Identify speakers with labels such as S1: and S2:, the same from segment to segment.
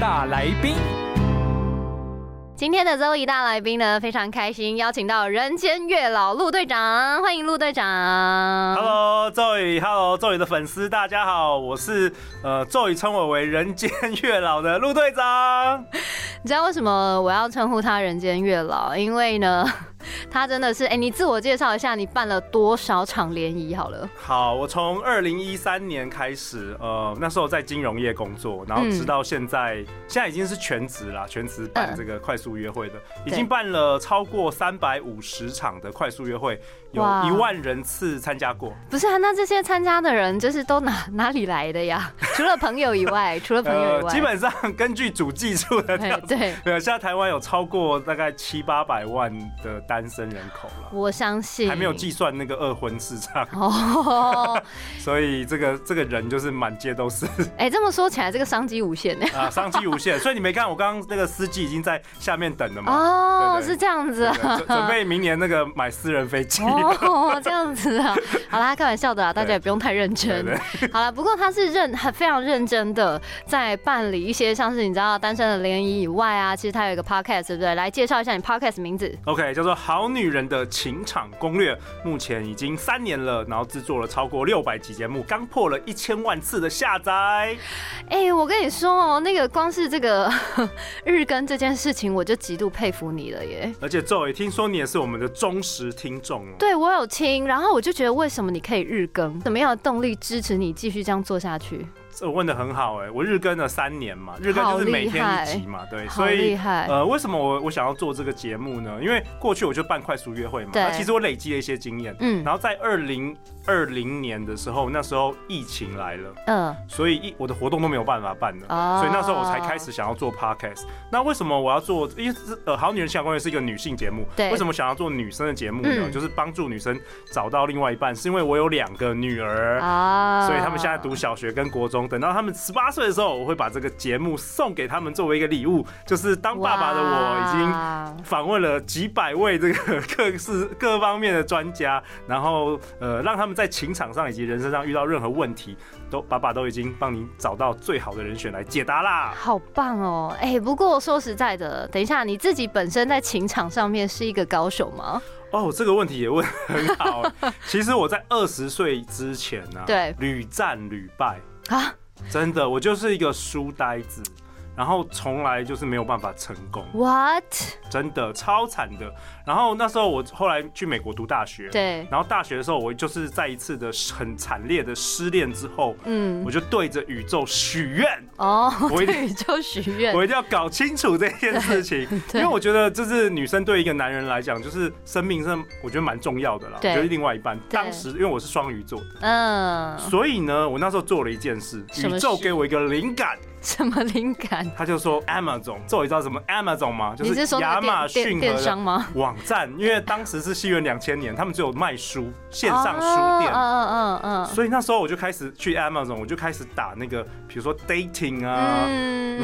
S1: 大来宾，
S2: 今天的 Zoe 大来宾呢，非常开心，邀请到人间月老陆队长，欢迎陆队长。
S3: Hello Zoe，Hello Zoe 的粉丝，大家好，我是呃 Zoe 称我为人间月老的陆队长。
S2: 你知道为什么我要称呼他人间月老？因为呢， 他真的是，哎、你自我介绍一下，你办了多少场联谊？好了，
S3: 好，我从二零一三年开始，呃，那时候在金融业工作，然后
S2: 嗯
S3: 直到现在，现在已经是全职啦，全职办这个快速约会的，已
S2: 对
S3: 经办了超过三百五十场的快速约会，有
S2: 哇
S3: 一万人次参加过。
S2: 不是啊，那这些参加的人就是都哪 哪里来的呀？除了朋友以 外，除了朋友以外，
S3: 呃基本上根据主技术的调
S2: 哎
S3: 查，
S2: 对。
S3: 没有，现在台湾有超过大概七八百万的单身人口了。
S2: 我相信
S3: 还没有计算那个二婚市场，
S2: 哦，
S3: 所以这个这个人就是满街 都是
S2: 哎、这么说起来，这个商机无限呢。
S3: 啊，商机无限。所以你没看我刚刚那个司机已经在下面等了嘛，
S2: 哦，
S3: 对对
S2: 是这样子
S3: 对
S2: 啊。
S3: 准准备明年那个买私人飞机。
S2: 哦，这样子啊，好啦，开玩笑的啊啦，大家也不用太认真。
S3: 对
S2: 好啦，不过他是认很非常认真的在办理一些像是你知道单身的联谊以外啊，其实他有一个 podcast，对不对？来介绍一下你 podcast 名字。
S3: OK，叫做《好女人的情场攻略》，目前已经三年了，然后制作了超过六百集节目，刚破了一千万次的下载。
S2: 哎、我跟你说哦，那个光是这个 日更这件事情，我就极度佩服你了耶。
S3: 而且周伟，听说你也是我们的忠实听众哦。
S2: 对，我有听，然后我就觉得为什么你可以日更？怎么样的动力支持你继续这样做下去？
S3: 这问的很好哎、我日更了三年嘛，日更就是每天一集嘛，对，
S2: 好
S3: 所
S2: 厉
S3: 以
S2: 害！
S3: 呃，为什么我我想要做这个节目呢？因为过去我就办快速约会嘛，
S2: 对
S3: 那其实我累积了一些经验。
S2: 嗯
S3: 然后在二零二零年的时候，那时候疫情来了，
S2: 嗯，
S3: 所以一我的活动都没有办法办了，
S2: 哦
S3: 所以那时候我才开始想要做 podcast。那为什么我要做？因为是呃，《好女人情感攻略》是一个女性节目，
S2: 对
S3: 为什么想要做女生的节目呢？
S2: 嗯
S3: 就是帮助女生找到另外一半，是因为我有两个女儿
S2: 啊
S3: 所以他们现在读小学跟国中，等到他们十八岁的时候，我会把这个节目送给他们作为一个礼物。就是当爸爸的我已经
S2: 哇
S3: 访问了几百位这个各式各方面的专家，然后呃，让他们在情场上以及人生上遇到任何问题，都爸爸都已经帮你找到最好的人选来解答啦。
S2: 好棒哦！哎、不过说实在的，等一下你自己本身在情场上面是一个高手吗？
S3: 哦，这个问题也问得很好欸、其实我在二十岁之前呢、
S2: 对
S3: 屡战屡败。
S2: 啊，
S3: 真的，我就是一个书呆子，然后从来就是没有办法成功，
S2: ？What？
S3: 真的超惨的。然后那时候我后来去美国读大学，，
S2: 对，
S3: 然后大学的时候我就是在一次的很惨烈的失恋之后，
S2: 嗯
S3: 我，就对着宇宙许 愿，
S2: 哦，
S3: 我一定
S2: 对宇宙许愿
S3: 我一定要搞清楚这件事情，
S2: 对
S3: 因为我觉得这是女生对一个男人来讲，就是生命上我觉得蛮重要的啦，
S2: 对
S3: 就是另外一半。当时因为我是双鱼座的，
S2: 嗯，
S3: 所以呢，我那时候做了一件事，
S2: 什么
S3: 宇宙
S2: 事
S3: 给我一个灵感。
S2: 什么灵感？
S3: 他就说 Amazon，这我知道什么 Amazon 吗？就
S2: 你是说那
S3: 亚
S2: 个
S3: 马
S2: 电电
S3: 逊
S2: 电
S3: 和
S2: 商吗？
S3: 网站，因为当时是西元两千年，他们只有卖书，线上书
S2: 哦
S3: 店。
S2: 嗯嗯嗯
S3: 所以那时候我就开始去 Amazon，我就开始打那个，比如说 dating 啊、
S2: 嗯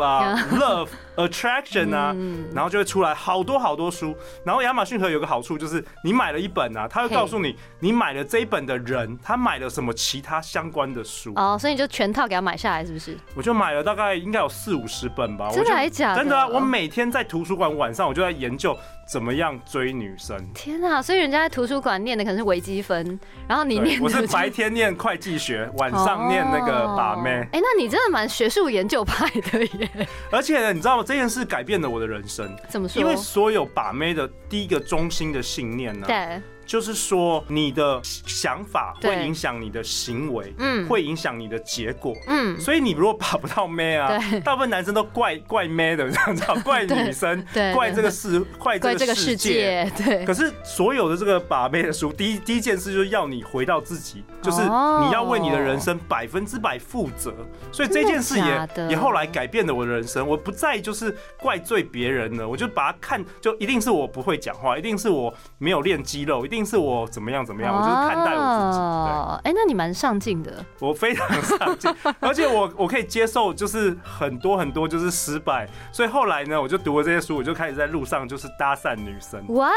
S3: 啊、love attraction 啊，
S2: 嗯
S3: 然后就会出来好多好多书。然后亚马逊河有个好处就是，你买了一本啊，他会
S2: 嘿
S3: 告诉你你买了这一本的人，他买了什么其他相关的书。
S2: 哦，所以你就全套给他买下来，是不是？
S3: 我就买了大概应该有四五十本吧，
S2: 真的
S3: 啊我就
S2: 还假的
S3: 真的啊！我每天在图书馆晚上我就在研究怎么样追女生。
S2: 天哪！所以人家在图书馆念的可能是微积分，然后你念
S3: 对
S2: 的
S3: 我是白天念会计学，晚上念那个把妹，
S2: 哎、那你真的蛮学术研究派的耶？
S3: 而且呢，你知道吗？这件事改变了我的人生，
S2: 怎么说？
S3: 因为所有把妹的第一个中心的信念呢、
S2: 对，
S3: 就是说你的想法会
S2: 对
S3: 影响你的行为，
S2: 嗯
S3: 会影响你的结果。
S2: 嗯，
S3: 所以你如果把不到妹啊
S2: 对，
S3: 大部分男生都怪怪妹的，你知 道吗怪女生
S2: 对对，
S3: 怪这个世，怪
S2: 怪
S3: 这
S2: 这
S3: 个
S2: 个
S3: 世
S2: 世
S3: 界。
S2: 界，对
S3: 可是所有的这个把妹的书，第一第一件事就是要你回到自己，就是
S2: 哦
S3: 你要为你的人生百分之百负责。所以这件事
S2: 真的假
S3: 也
S2: 的
S3: 也后来改变了我的人生。我不再就是怪罪别人了，我就把它看，就一定是我不会讲话，一定是我没有练肌肉，一定是我怎么样怎么样，我就是看待我自己。对。
S2: 哦，哎，那你蛮上进的，
S3: 我非常上进，而且我我可以接受，就是很多很多就是失败，所以后来呢，我就读了这些书，我就开始在路上就是搭讪女生。
S2: What？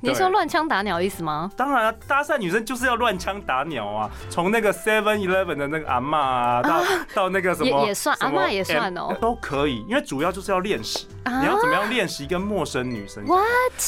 S2: 你
S3: 对
S2: 说乱枪打鸟意思吗？
S3: 当然、啊，搭讪女生就是要乱枪打鸟啊！从那个 Seven Eleven 的那个阿嬷啊，到、到那个什么
S2: 也也算
S3: 什么
S2: 阿嬷也算哦
S3: 呃都可以，因为主要就是要练习，
S2: 啊
S3: 你要怎么样练习跟陌生女生讲话。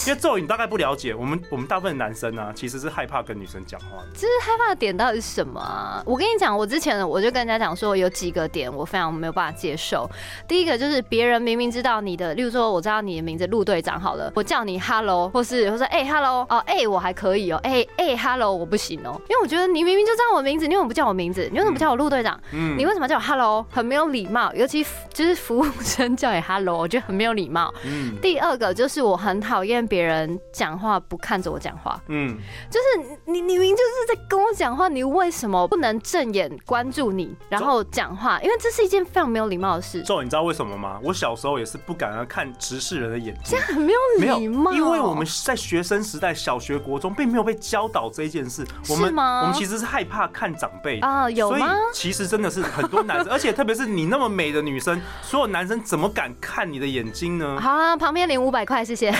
S3: 因为咒语你大概不了解，我们我们大部分男生啊，其实是害怕跟女生讲话的。
S2: 害怕的点到底是什么啊、我跟你讲，我之前我就跟人家讲说，有几个点我非常没有办法接受。第一个就是别人明明知道你的，例如说我知道你的名字陆队长好了，我叫你 hello，或是我说哎、hello，哦哎、我还可以哦，哎、哎、hello 我不行哦，因为我觉得你明明就知道我名字，你为什么不叫我名字？你为什么不叫我陆队长？
S3: 嗯
S2: 你为什么叫我 hello？很没有礼貌，尤其就是服务生叫你 hello，我觉得很没有礼貌。
S3: 嗯
S2: 第二个就是我很讨厌别人讲话不看着我讲话。
S3: 嗯，
S2: 就是你，你明明就是在跟我讲话，你为什么不能正眼关注你，然后讲话？因为这是一件非常没有礼貌的事，
S3: 咒语你知道为什么吗？我小时候也是不敢啊看直视人的眼睛。
S2: 很没
S3: 没
S2: 有
S3: 有，
S2: 礼貌。
S3: 因为我们在学生时代、小学、国中并没有被教导这一件事。我们
S2: 是吗
S3: 我们其实是害怕看长辈
S2: 啊有
S3: 所以
S2: 吗
S3: 其实真的是很 多男生，而且特别是你那么美的女生，所有男生怎么敢看你的眼睛呢？
S2: 好啊，旁边领五百块，谢谢。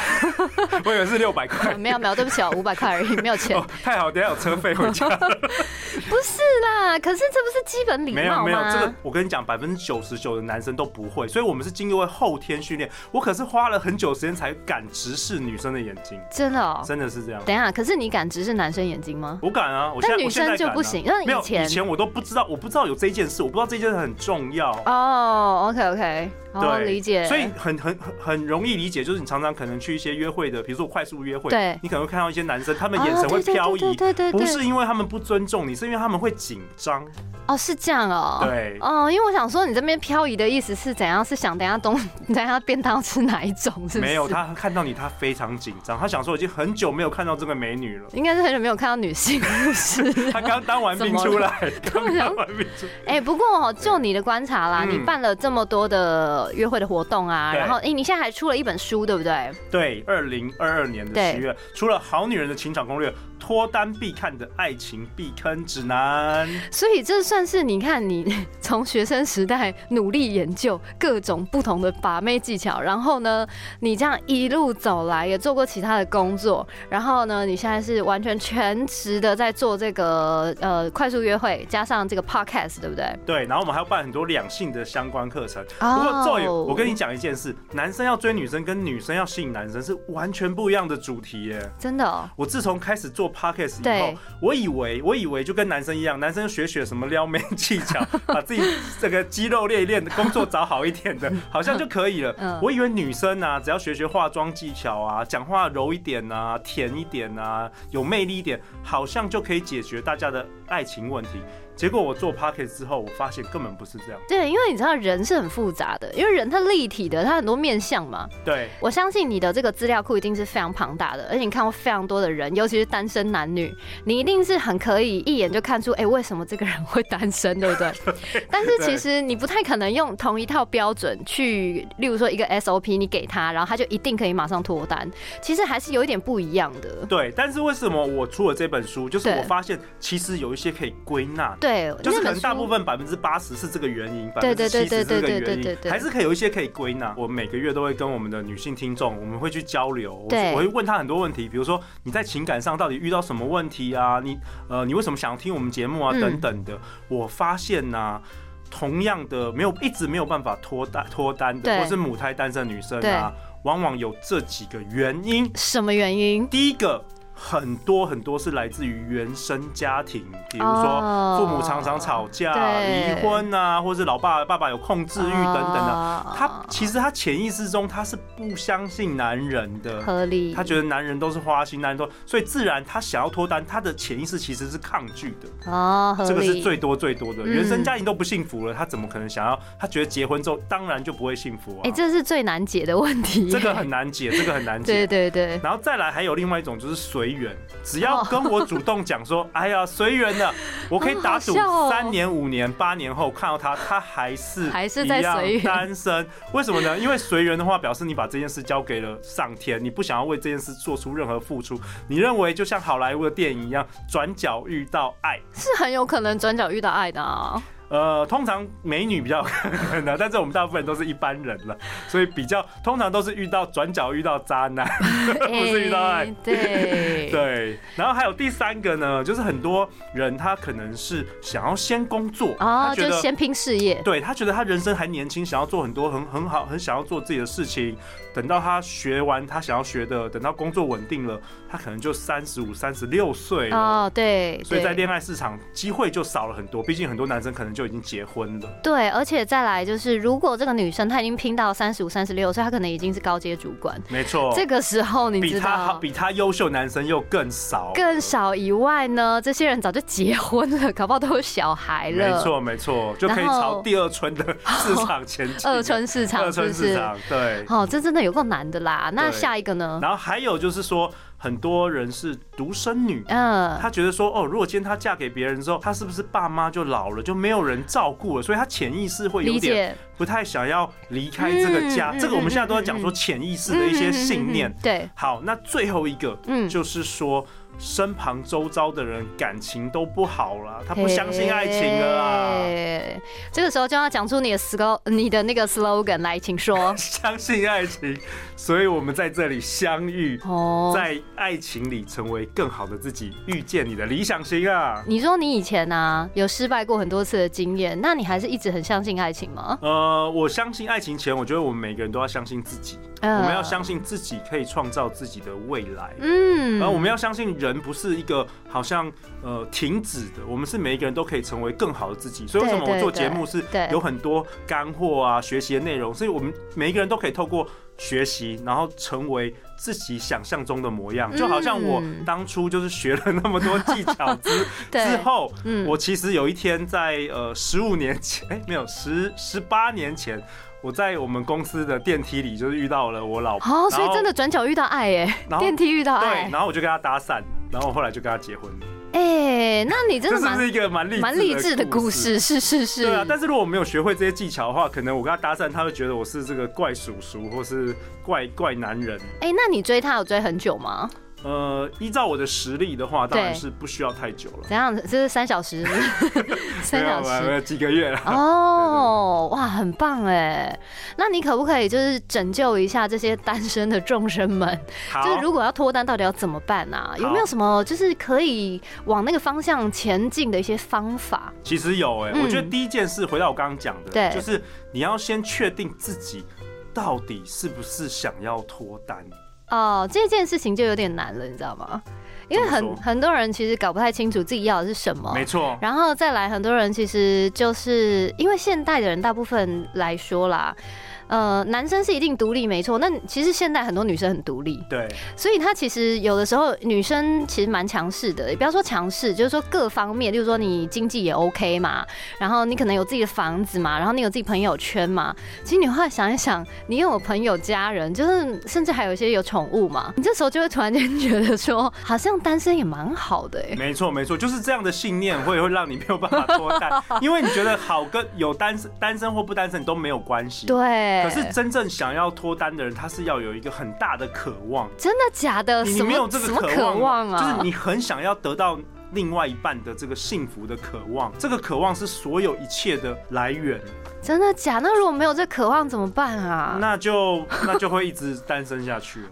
S3: 我以为是六百 块
S2: 没有没有，对不起哦，五百块而已，没有钱
S3: 哦。，太好，等一下有车费回家。
S2: 不是啦，可是这不是基本 礼
S3: 没有
S2: 貌
S3: 没有，
S2: 吗？
S3: 这个我跟你讲，百分之九十九的男生都不会，所以我们是经过后天训练。我可是花了很久时间才敢直视女生的眼睛，
S2: 真的哦。
S3: 真的是这样。
S2: 等一下，可是你敢直视男生眼睛吗？
S3: 我敢啊，我
S2: 但
S3: 现在
S2: 女
S3: 我现在
S2: 生就
S3: 敢啊
S2: 不行那以
S3: 没有
S2: 前
S3: 以前我都不知道，我不知道有这件事，我不知道这件事很重要。
S2: 哦、o k OK，哦，理解。
S3: 所以很很很很容易理解，就是你常常可能去一些约会的，比如说快速约会，
S2: 对
S3: 你可能会看到一些男生，他们
S2: 哦
S3: 眼神会飘移，
S2: 对对对对对对
S3: 不是因为他们不尊重你，是因为他们会紧张，
S2: 哦，是这样哦。。
S3: 对，
S2: 哦，因为我想说，你这边漂移的意思是怎样？是想等一下东， 等一下便当吃哪一种？是不是
S3: 没有，他看到你，他非常紧张，他想说已经很久没有看到这个美女了。
S2: 应该是很久没有看到女性故事。
S3: 他刚当 完兵出来，刚当完兵出来，
S2: 哎、不过哦，就你的观察啦，
S3: 嗯
S2: 你办了这么多的约会的活动啊，
S3: 对
S2: 然后哎、你现在还出了一本书，对不对？
S3: 对，二零二二年的
S2: 对
S3: 十月，除了《好女人的情场攻略》，脱单必看的爱情避坑指南，
S2: 所以这算是你看你 从学生时代努力研究各种不同的把妹技巧，然后呢，你这样一路走来也做过其他的工作，然后呢，你现在是完全全职的在做这个呃快速约会，加上这个 podcast，对不对？
S3: 对，然后我们还要办很多两性的相关课程。
S2: 哦
S3: 不过赵宇，我跟你讲一件事，男生要追女生跟女生要吸引男生是完全不一样的主题耶。
S2: 真的、哦。
S3: 我自从开始做 podcast 以后
S2: 对，
S3: 我以为我以为就跟男生一样，男生学学什么撩妹技巧， 把自己这个肌肉练一练，工作找好一点 的，好像就可以了。
S2: 嗯
S3: 我以为女生啊，只要学学化妆技巧啊，讲话柔一点啊，甜一点啊，有魅力一点，好像就可以解决大家的爱情问题。结果我做 podcast 之后，我发现根本不是这样。
S2: 对，因为你知道人是很复杂的，因为人他立体的，他很多面相嘛。
S3: 对，
S2: 我相信你的这个资料库一定是非常庞大的，而且你看过非常多的人，尤其是单身男女，你一定是很可以一眼就看出，哎、为什么这个人会单身，对不对？但是其实你不太可能用同一套标准去，例如说一个 SOP 你给他，然后他就一定可以马上脱单，其实还是有一点不一样的。
S3: 对，但是为什么我出了这本书，就是
S2: 对
S3: 我发现其实有一些可以归纳的
S2: 对，
S3: 就
S2: 那
S3: 是可
S2: 本
S3: 能大
S2: 书
S3: 部分百分之八十是这个原因，百
S2: 对
S3: 分
S2: 对
S3: 之
S2: 对
S3: 七
S2: 对
S3: 十是
S2: 对
S3: 这个
S2: 对对
S3: 原
S2: 对
S3: 因，
S2: 对
S3: 还是可以有一些可以归纳。我每个月都会跟我们的女性听众，我们会去交流，我
S2: 对
S3: 我会问她很多问题，比如说你在情感上到底遇到什么问题啊？你呃，你为什么想要听我们节目啊？
S2: 嗯
S3: 等等的。我发现呐、同样的没有一直没有办法脱单脱单的，
S2: 对
S3: 或是母胎单身的女生
S2: 对
S3: 啊，往往有这几个原因。
S2: 什么原因？
S3: 第一个，很多很多是来自于原生家庭，比如
S2: 哦
S3: 说父母常常吵架、
S2: 对
S3: 离婚啊，或是老爸爸爸有控制欲等等的、
S2: 啊
S3: 他其实他潜意识中他是不相信男人的，
S2: 合理，
S3: 他觉得男人都是花心，男人都所以自然他想要脱单，他的潜意识其实是抗拒的。
S2: 得哦，合理，
S3: 这个是最多最多的，
S2: 嗯
S3: 原生家庭都不幸福了，他怎么可能想要？他觉得结婚之后当然就不会幸福啊。
S2: 哎、这是最难解的问题，
S3: 这个很难解，这个很难 解。
S2: 对对对，
S3: 然后再来还有另外一种就是随缘，只要跟我主动讲说，哎呀随缘的，我可以打赌
S2: 哦好 笑哦
S3: 三年、五年、八年后看到他，他还是
S2: 还是在
S3: 一样
S2: 随缘
S3: 单身。为什么呢？因为随缘的话，表示你把这件事交给了上天，你不想要为这件事做出任何付出。你认为就像好莱坞的电影一样，转角遇到爱。
S2: 是很有可能转角遇到爱的 啊。
S3: 呃，通常美女比较有 可能的，但是我们大部分都是一般人了，所以比较通常都是遇到转角遇到渣男。
S2: 不
S3: 是遇到爱
S2: 哎对
S3: 对，然后还有第三个呢，就是很多人他可能是想要先工作，
S2: 哦，
S3: 他觉
S2: 就
S3: 得
S2: 先拼事业，
S3: 对他觉得他人生还年轻，想要做很多很很好，很想要做自己的事情。等到他学完他想要学的，等到工作稳定了，他可能就三十五、三十六岁了。
S2: 哦，对，
S3: 所以在
S2: 对
S3: 恋爱市场机会就少了很多，毕竟很多男生可能就已经结婚了。
S2: 对，而且再来就是，如果这个女生她已经拼到三十五、三十六岁，她可能已经是高阶主管，
S3: 没错，
S2: 这个时候你
S3: 哦比
S2: 知
S3: 他好，
S2: 道。
S3: 比他优秀男生又更少。
S2: 更少以外呢，这些人早就结婚了，搞不好都有小孩
S3: 没
S2: 了。，
S3: 错，没错，就可以
S2: 然后哦
S3: 朝第二春 的市场前进。
S2: 二春市场
S3: 二
S2: 是不
S3: 春
S2: 是
S3: 市？场，对。
S2: 好、这真的有够难的啦。那
S3: 对
S2: 下一个呢？
S3: 然后还有就是说，很多人是独生女。
S2: 嗯，
S3: 她觉得说，哦，如果今天她嫁给别人之后，她是不是爸妈就老了，就没有人照顾了？所以她潜意识会有
S2: 理
S3: 点
S2: 解
S3: 不太想要离开这个家。
S2: 嗯嗯
S3: 这个我们现在都在讲说潜意识的一些信念。
S2: 嗯嗯嗯嗯对，
S3: 好，那最后一个
S2: 嗯，
S3: 就是说，身旁周遭的人感情都不好了，他不相信爱情了啦，。
S2: 嘿这个时候就要讲出你的 slogan，你的那个 slogan 来，请说
S3: 相信爱情，所以我们在这里相遇。
S2: 哦，
S3: 在爱情里成为更好的自己，遇见你的理想型啊。
S2: 你说你以前啊有失败过很多次的经验，那你还是一直很相信爱情吗？
S3: 呃，我相信爱情前，我觉得我们每个人都要相信自己，
S2: 嗯
S3: 我们要相信自己可以创造自己的未来。
S2: 嗯，
S3: 然后我们要相信人不是一个好像呃停止的，我们是每一个人都可以成为更好的自己。所以为什么
S2: 对
S3: 我做
S2: 对
S3: 节目是
S2: 对
S3: 有很多干货啊、学习的内容，所以我们每一个人都可以透过学习，然后成为自己想象中的模样。就好像我
S2: 嗯
S3: 当初就是学了那么多技巧之
S2: 对
S3: 之后，
S2: 嗯
S3: 我其实有一天在呃十五年前， 哎、没有十十八年前。我在我们公司的电梯里，就是遇到了我老婆，
S2: 哦，所
S3: 然
S2: 以
S3: 后
S2: 真的转角遇到爱耶
S3: 然，后
S2: 电梯遇到爱
S3: 对，，然后我就跟他搭讪，然后后来就跟他结婚了。
S2: 哎，那你真的
S3: 这是不
S2: 蛮
S3: 是一个蛮励
S2: 蛮励志的故
S3: 故？
S2: 事，是是是，
S3: 对啊，但是如果我没有学会这些技巧的话，可能我跟他搭讪，他会觉得我是这个怪叔叔或是怪怪男人。
S2: 哎，那你追他有追很久吗？
S3: 呃，依照我的实力的话，
S2: 对
S3: 当然是不需要太久了，啊
S2: 怎样？这是三小时，三小
S3: 没有
S2: 时
S3: 没。有几个月了。
S2: 哦，哇，很棒哎！那你可不可以就是拯救一下这些单身的众生们？
S3: 好，
S2: 就是如果要脱单，到底要怎么办啊？有没有什么就是可以往那个方向前进的一些方法？
S3: 其实有哎、
S2: 嗯
S3: 我觉得第一件事，回到我刚刚讲的，
S2: 对
S3: 就是你要先确定自己到底是不是想要脱单。
S2: 哦，这件事情就有点难了，你知道吗？因为
S3: 怎么
S2: 很
S3: 说
S2: 很多人其实搞不太清楚自己要的是什么
S3: 没。错，
S2: 哦然后再来，很多人其实就是因为现代的人大部分来说啦，呃，男生是一定独立没错，那其实现代很多女生很独立，
S3: 对，
S2: 所以她其实有的时候女生其实蛮强势的，也不要说强势，就是说各方面，例如说你经济也 OK 嘛，然后你可能有自己的房子嘛，然后你有自己朋友圈嘛。其实你后来想一想，你有朋友、家人，就是甚至还有一些有宠物嘛，你这时候就会突然间觉得说，好像单身也蛮好的哎、
S3: 没错没错，就是这样的信念会 会让你没有办法脱 单，因为你觉得好跟有单身单身或不单身都没有关系。
S2: 对，
S3: 可是真正想要脱单的人，他是要有一个很大的渴望，
S2: 真的假的？
S3: 你
S2: 什
S3: 你
S2: 么
S3: 没有这
S2: 呃什
S3: 个
S2: 么
S3: 渴
S2: 渴望啊？
S3: 就是你很想要得到另外一半的这个幸福的渴望，这个渴望是所有一切的来源。
S2: 真的假？那如果没有这渴望怎么办啊？
S3: 那就那就会一直单身下去了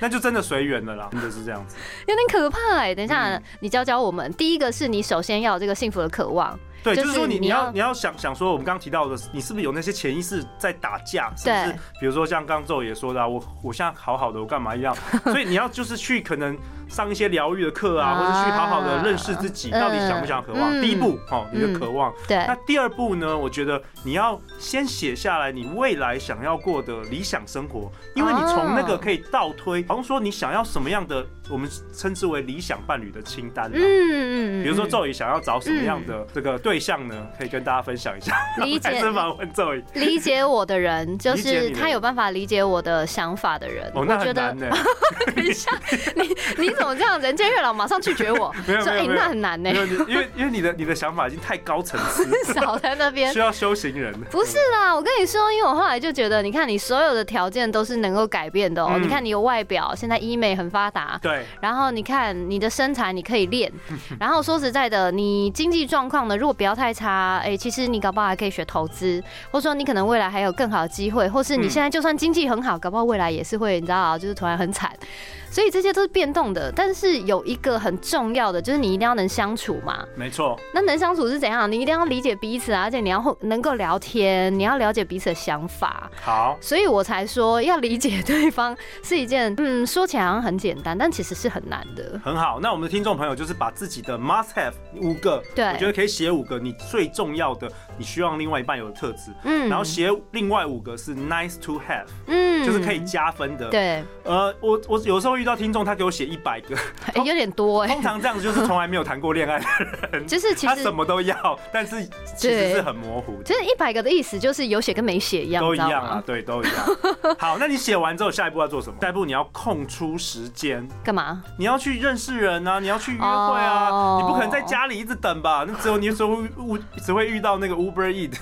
S3: 那就真的随缘了啦，真的是这样子。
S2: 欸
S3: 嗯
S2: 有点可怕哎、等一下，你教教我们。第一个是你首先要有这个幸福的渴望，
S3: 对，
S2: 就
S3: 就是是说你
S2: 你
S3: 你
S2: 要
S3: 要你要想想说，我们刚刚提到的，你是不是有那些潜意识在打架？是不
S2: 对
S3: 是？比如说像刚刚宙也说的、啊，我我现在好好的，我干嘛要？所以你要就是去可能上一些疗愈的课啊，
S2: 啊
S3: 或者去好好的认识自己，
S2: 嗯
S3: 到底想不想渴望？
S2: 嗯
S3: 第一步，哦，你
S2: 嗯
S3: 的渴望。
S2: 对
S3: 那第二步呢？我觉得你要先写下来你未来想要过的理想生活，因为你从那个
S2: 哦
S3: 可以倒推，好像说你想要什么样的，我们称之为理想伴侣的清单、啊。
S2: 嗯嗯，
S3: 比如说
S2: 嗯
S3: 咒语想要找什么样的这个对象呢？可以跟大家分享一下。
S2: 理解
S3: 男生访问咒语，
S2: 理解我的人，就
S3: 理解你
S2: 是
S3: 的
S2: 他有办法理解我的想法的人。
S3: 哦，
S2: 我
S3: 那
S2: 觉
S3: 很
S2: 得
S3: 难， 呢。
S2: 等一下，你你怎么这样？人间月老马上拒绝我，
S3: 没有
S2: 说
S3: 没
S2: 哎、
S3: 有没有
S2: 那很难呢
S3: 因，为你因为因为你的你的想法已经太高层 次，
S2: 少在那边
S3: 需。要修行人。
S2: 啊不是啦，我跟你说，因为我后来就觉得，你看你所有的条件都是能够改变的哦、
S3: 嗯
S2: 你看你有外表，现在医美很发达，
S3: 对，
S2: 然后你看你的身材你可以练，然后说实在的，你经济状况呢，如果不要太差，哎、其实你搞不好还可以学投资，或者说你可能未来还有更好的机会，或是你
S3: 嗯
S2: 现在就算经济很好，搞不好未来也是会你知道啊，就是突然很惨，所以这些都是变动的。但是有一个很重要的，就是你一定要能相处嘛。
S3: 没错，
S2: 那能相处是怎样？你一定要理解彼此啊，而且你要会能够聊天，你要了解彼此的想法。
S3: 好，
S2: 所以我才说要理解对方是一件，嗯，说起来好像很简单，但其实是很难的。
S3: 很好。那我们的听众朋友就是把自己的 must have 五个，
S2: 对
S3: 我觉得可以写五个你最重要的，你希望另外一半有的特质，
S2: 嗯，
S3: 然后写另外五个是 nice to have，
S2: 嗯
S3: 就是可以加分的。，
S2: 对，
S3: 呃，我我有时候遇到听众，他给我写一百个，
S2: 哎有点多哎、
S3: 通常这样子就是从来没有谈过恋爱的
S2: 就是其
S3: 他
S2: 实
S3: 什么都要，但是其实是很模糊的
S2: 其，实一百个的意思就是有写跟没写一样，
S3: 都
S2: 你
S3: 一
S2: 知道
S3: 样啊
S2: 吗，？
S3: 对，都一 样。好，那你写完之后，下一步要做什么？下一步你要空出时间，
S2: 干嘛？
S3: 你要去认识人啊，你要去约会啊，
S2: 哦
S3: 你不可能在家里一直等吧？那只有你只会遇只会遇到那个 Uber Eat，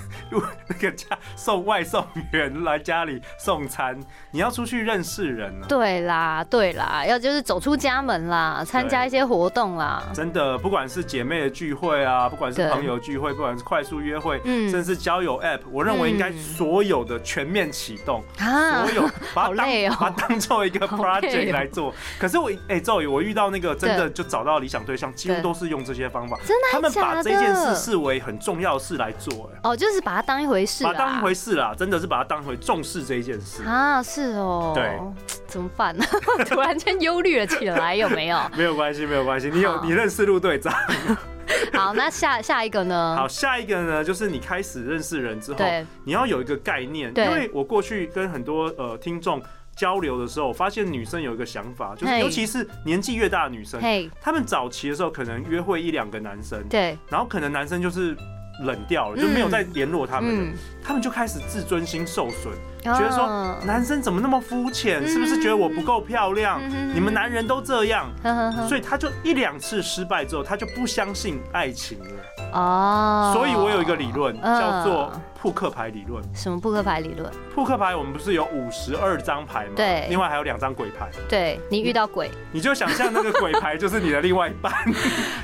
S3: 那 个家送外送员来家里送餐，你要出去认识人啊。
S2: 对啦，对啦，要就是走出家门啦，参加一些活动啦。
S3: 真的，不管是姐妹的聚会啊，不管是
S2: 对
S3: 朋友聚会，不管是快速约会，
S2: 嗯
S3: 甚至交友 App，我认为应该
S2: 嗯
S3: 所有的全面启动。
S2: 啊
S3: 所， 有把
S2: 好
S3: 它
S2: 累
S3: 当、
S2: 哦
S3: 把它当做一个
S2: 好累
S3: project
S2: 哦
S3: 来做。可是我哎，赵、宇，我遇到那个真的
S2: 对
S3: 就找到理想对象，几乎
S2: 对
S3: 都是用这些方法，
S2: 真的
S3: 他们
S2: 假
S3: 把这件
S2: 的
S3: 事视为很重要的事来做、哎，
S2: 哦，就是把它当一回事啦，
S3: 把它当一回事啦，真的是把它当回重视这一件事。
S2: 啊，是哦，
S3: 对，
S2: 怎么办呢？ 突然间忧虑了起来，有 没有？
S3: 没有关系，没有关系，你有
S2: 好
S3: 你认识陆队长。
S2: 好，那下下一个呢？
S3: 好，下一个呢，就是你开始认识人之后，
S2: 对，
S3: 你要有一个概念，
S2: 对
S3: 因为我过去跟很多呃听众交流的时候，我发现女生有一个想法，就是
S2: 嘿
S3: 尤其是年纪越大的女生，
S2: 嘿，
S3: 她们早期的时候可能约会一两个男生，
S2: 对，
S3: 然后可能男生就是冷掉了，就没有再联络他们了，
S2: 嗯，
S3: 他们就开始自尊心受损，
S2: 觉
S3: 觉得
S2: 啊
S3: 说男生怎么那么肤浅，
S2: 嗯
S3: 是不是觉得我不够漂亮？你们男人都这样。
S2: 人
S3: 所以他就一两次失败之后，他就不相信爱情了。
S2: 以哦
S3: 所以我有一个理论
S2: 嗯
S3: 叫做扑克牌理论。
S2: 什么扑克牌理论？
S3: 扑克牌我们不是有五十二张牌吗？
S2: 对
S3: 另外还有两张鬼牌。
S2: 对你遇到鬼
S3: 你就想象那个鬼牌就是你的另外一半，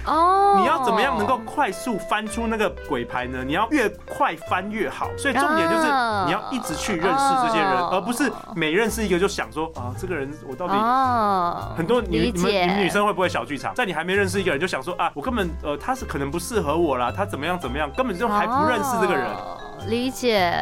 S2: 哦
S3: 你要怎么样能够快速翻出那个鬼牌呢？你要越快翻越好。所以重点就是
S2: 啊
S3: 你要一直去认识这些人，
S2: 哦
S3: 而不是每认识一个就想说啊，这个人我到底。
S2: 哦
S3: 很多
S2: 理
S3: 你你们
S2: 解
S3: 你们女生会不会小剧场？在你还没认识一个人就想说啊，我根本呃他是可能不适合我啦，他怎么样怎么样，根本就还不认识这个人。
S2: 哦理解，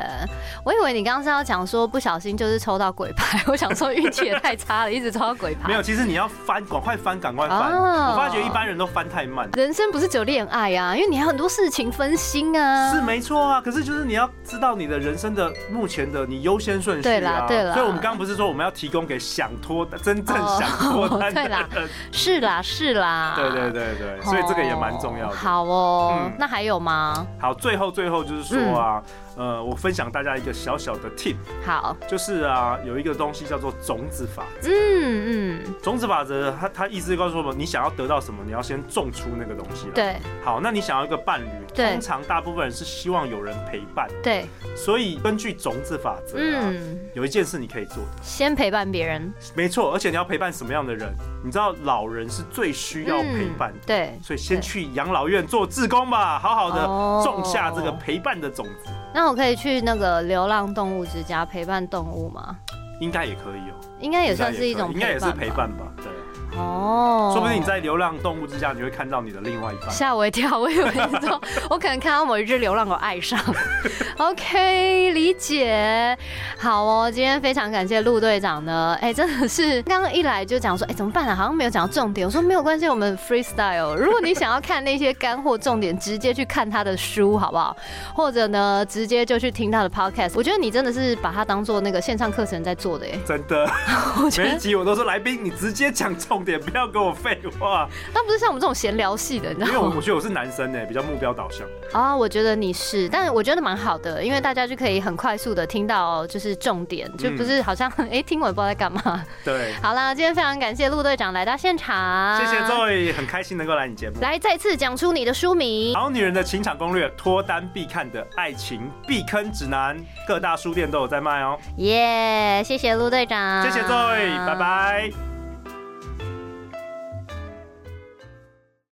S2: 我以为你刚刚是要讲说不小心就是抽到鬼牌， 我想说运气也太差 了，一直抽到鬼牌。
S3: 没有，，其实你要翻，赶快翻，赶快翻。
S2: 哦
S3: 我发觉一般人都翻太慢。
S2: 人生不是只有恋爱呀、啊，因为你还有很多事情分心啊。
S3: 是没错啊，可是就是你要知道你的人生的目前的你优先顺序、啊、
S2: 对啦对啦
S3: 所以我们刚刚不是说我们要提供给想脱 真正
S2: 哦啊
S3: 想脱单
S2: 对
S3: 的人、
S2: 啦是啦，是啦，
S3: 对对对对，所以这个也蛮重要
S2: 哦
S3: 的。
S2: 好哦，
S3: 嗯
S2: 那还有吗？
S3: 好，最后最后就是说啊，
S2: 嗯
S3: 呃，我分享大家一个小小的 tip，
S2: 好，
S3: 就是啊，有一个东西叫做种子法则。
S2: 嗯嗯，
S3: 种子法则，它它意思告诉我们，你想要得到什么，你要先种出那个东西。。
S2: 对
S3: 好，那你想要一个伴侣，
S2: 对
S3: 通常大部分人是希望有人陪伴，
S2: 对，
S3: 所以根据种子法则、啊，
S2: 嗯，
S3: 有一件事你可以做的，
S2: 先陪伴别人，
S3: 没错，而且你要陪伴什么样的人？你知道老人是最需要陪伴的，
S2: 对。
S3: 所以先
S2: 对
S3: 去养老院做志工吧，好好
S2: 嗯哦
S3: 的种下这个陪伴的种子，
S2: 那我可以去那个流浪动物之家陪伴动物吗？
S3: 应该也可以哦，
S2: 应该也
S3: 应该
S2: 算是一种
S3: 可以应该也是
S2: 吧
S3: 陪伴吧，对。
S2: 哦，
S3: 说不定你在流浪动物之下，你会看到你的另外一半。
S2: 吓我一跳，我以为你说我可能看到某一只流浪狗爱上。OK，理解。好哦，今天非常感谢陆队长呢，哎、真的是刚刚一来就讲说，哎、怎么办啊？好像没有讲到重点。我说没有关系，我们 freestyle。如果你想要看那些干货重点，直接去看他的书，好不好？或者呢，直接就去听他的 podcast。我觉得你真的是把它当做那个线上课程在做的耶。
S3: 真的，
S2: 我觉
S3: 每一
S2: 得
S3: 集我都说来宾，你直接讲重点，不要跟我废话。
S2: 那不是像我们这种闲聊系的，你知道
S3: 因
S2: 吗？
S3: 为我我觉得我是男生欸呢，比较目标导向。
S2: 啊、我觉得你是，但我觉得蛮好的，因为大家就可以很快速的听到就是重点，就
S3: 嗯
S2: 不是好像哎、诶听我也不知道在干嘛。
S3: 对，
S2: 好啦，今天非常感谢陆队长来到现场，
S3: 谢谢。Zoe，很开心能够来你节目。
S2: 来再次讲出你的书名。
S3: 好女人的情场攻略，脱单必看的爱情避坑指南，各大书店都有在卖哦。
S2: 耶谢谢陆队长，啊
S3: 谢谢 Zoe，拜。拜。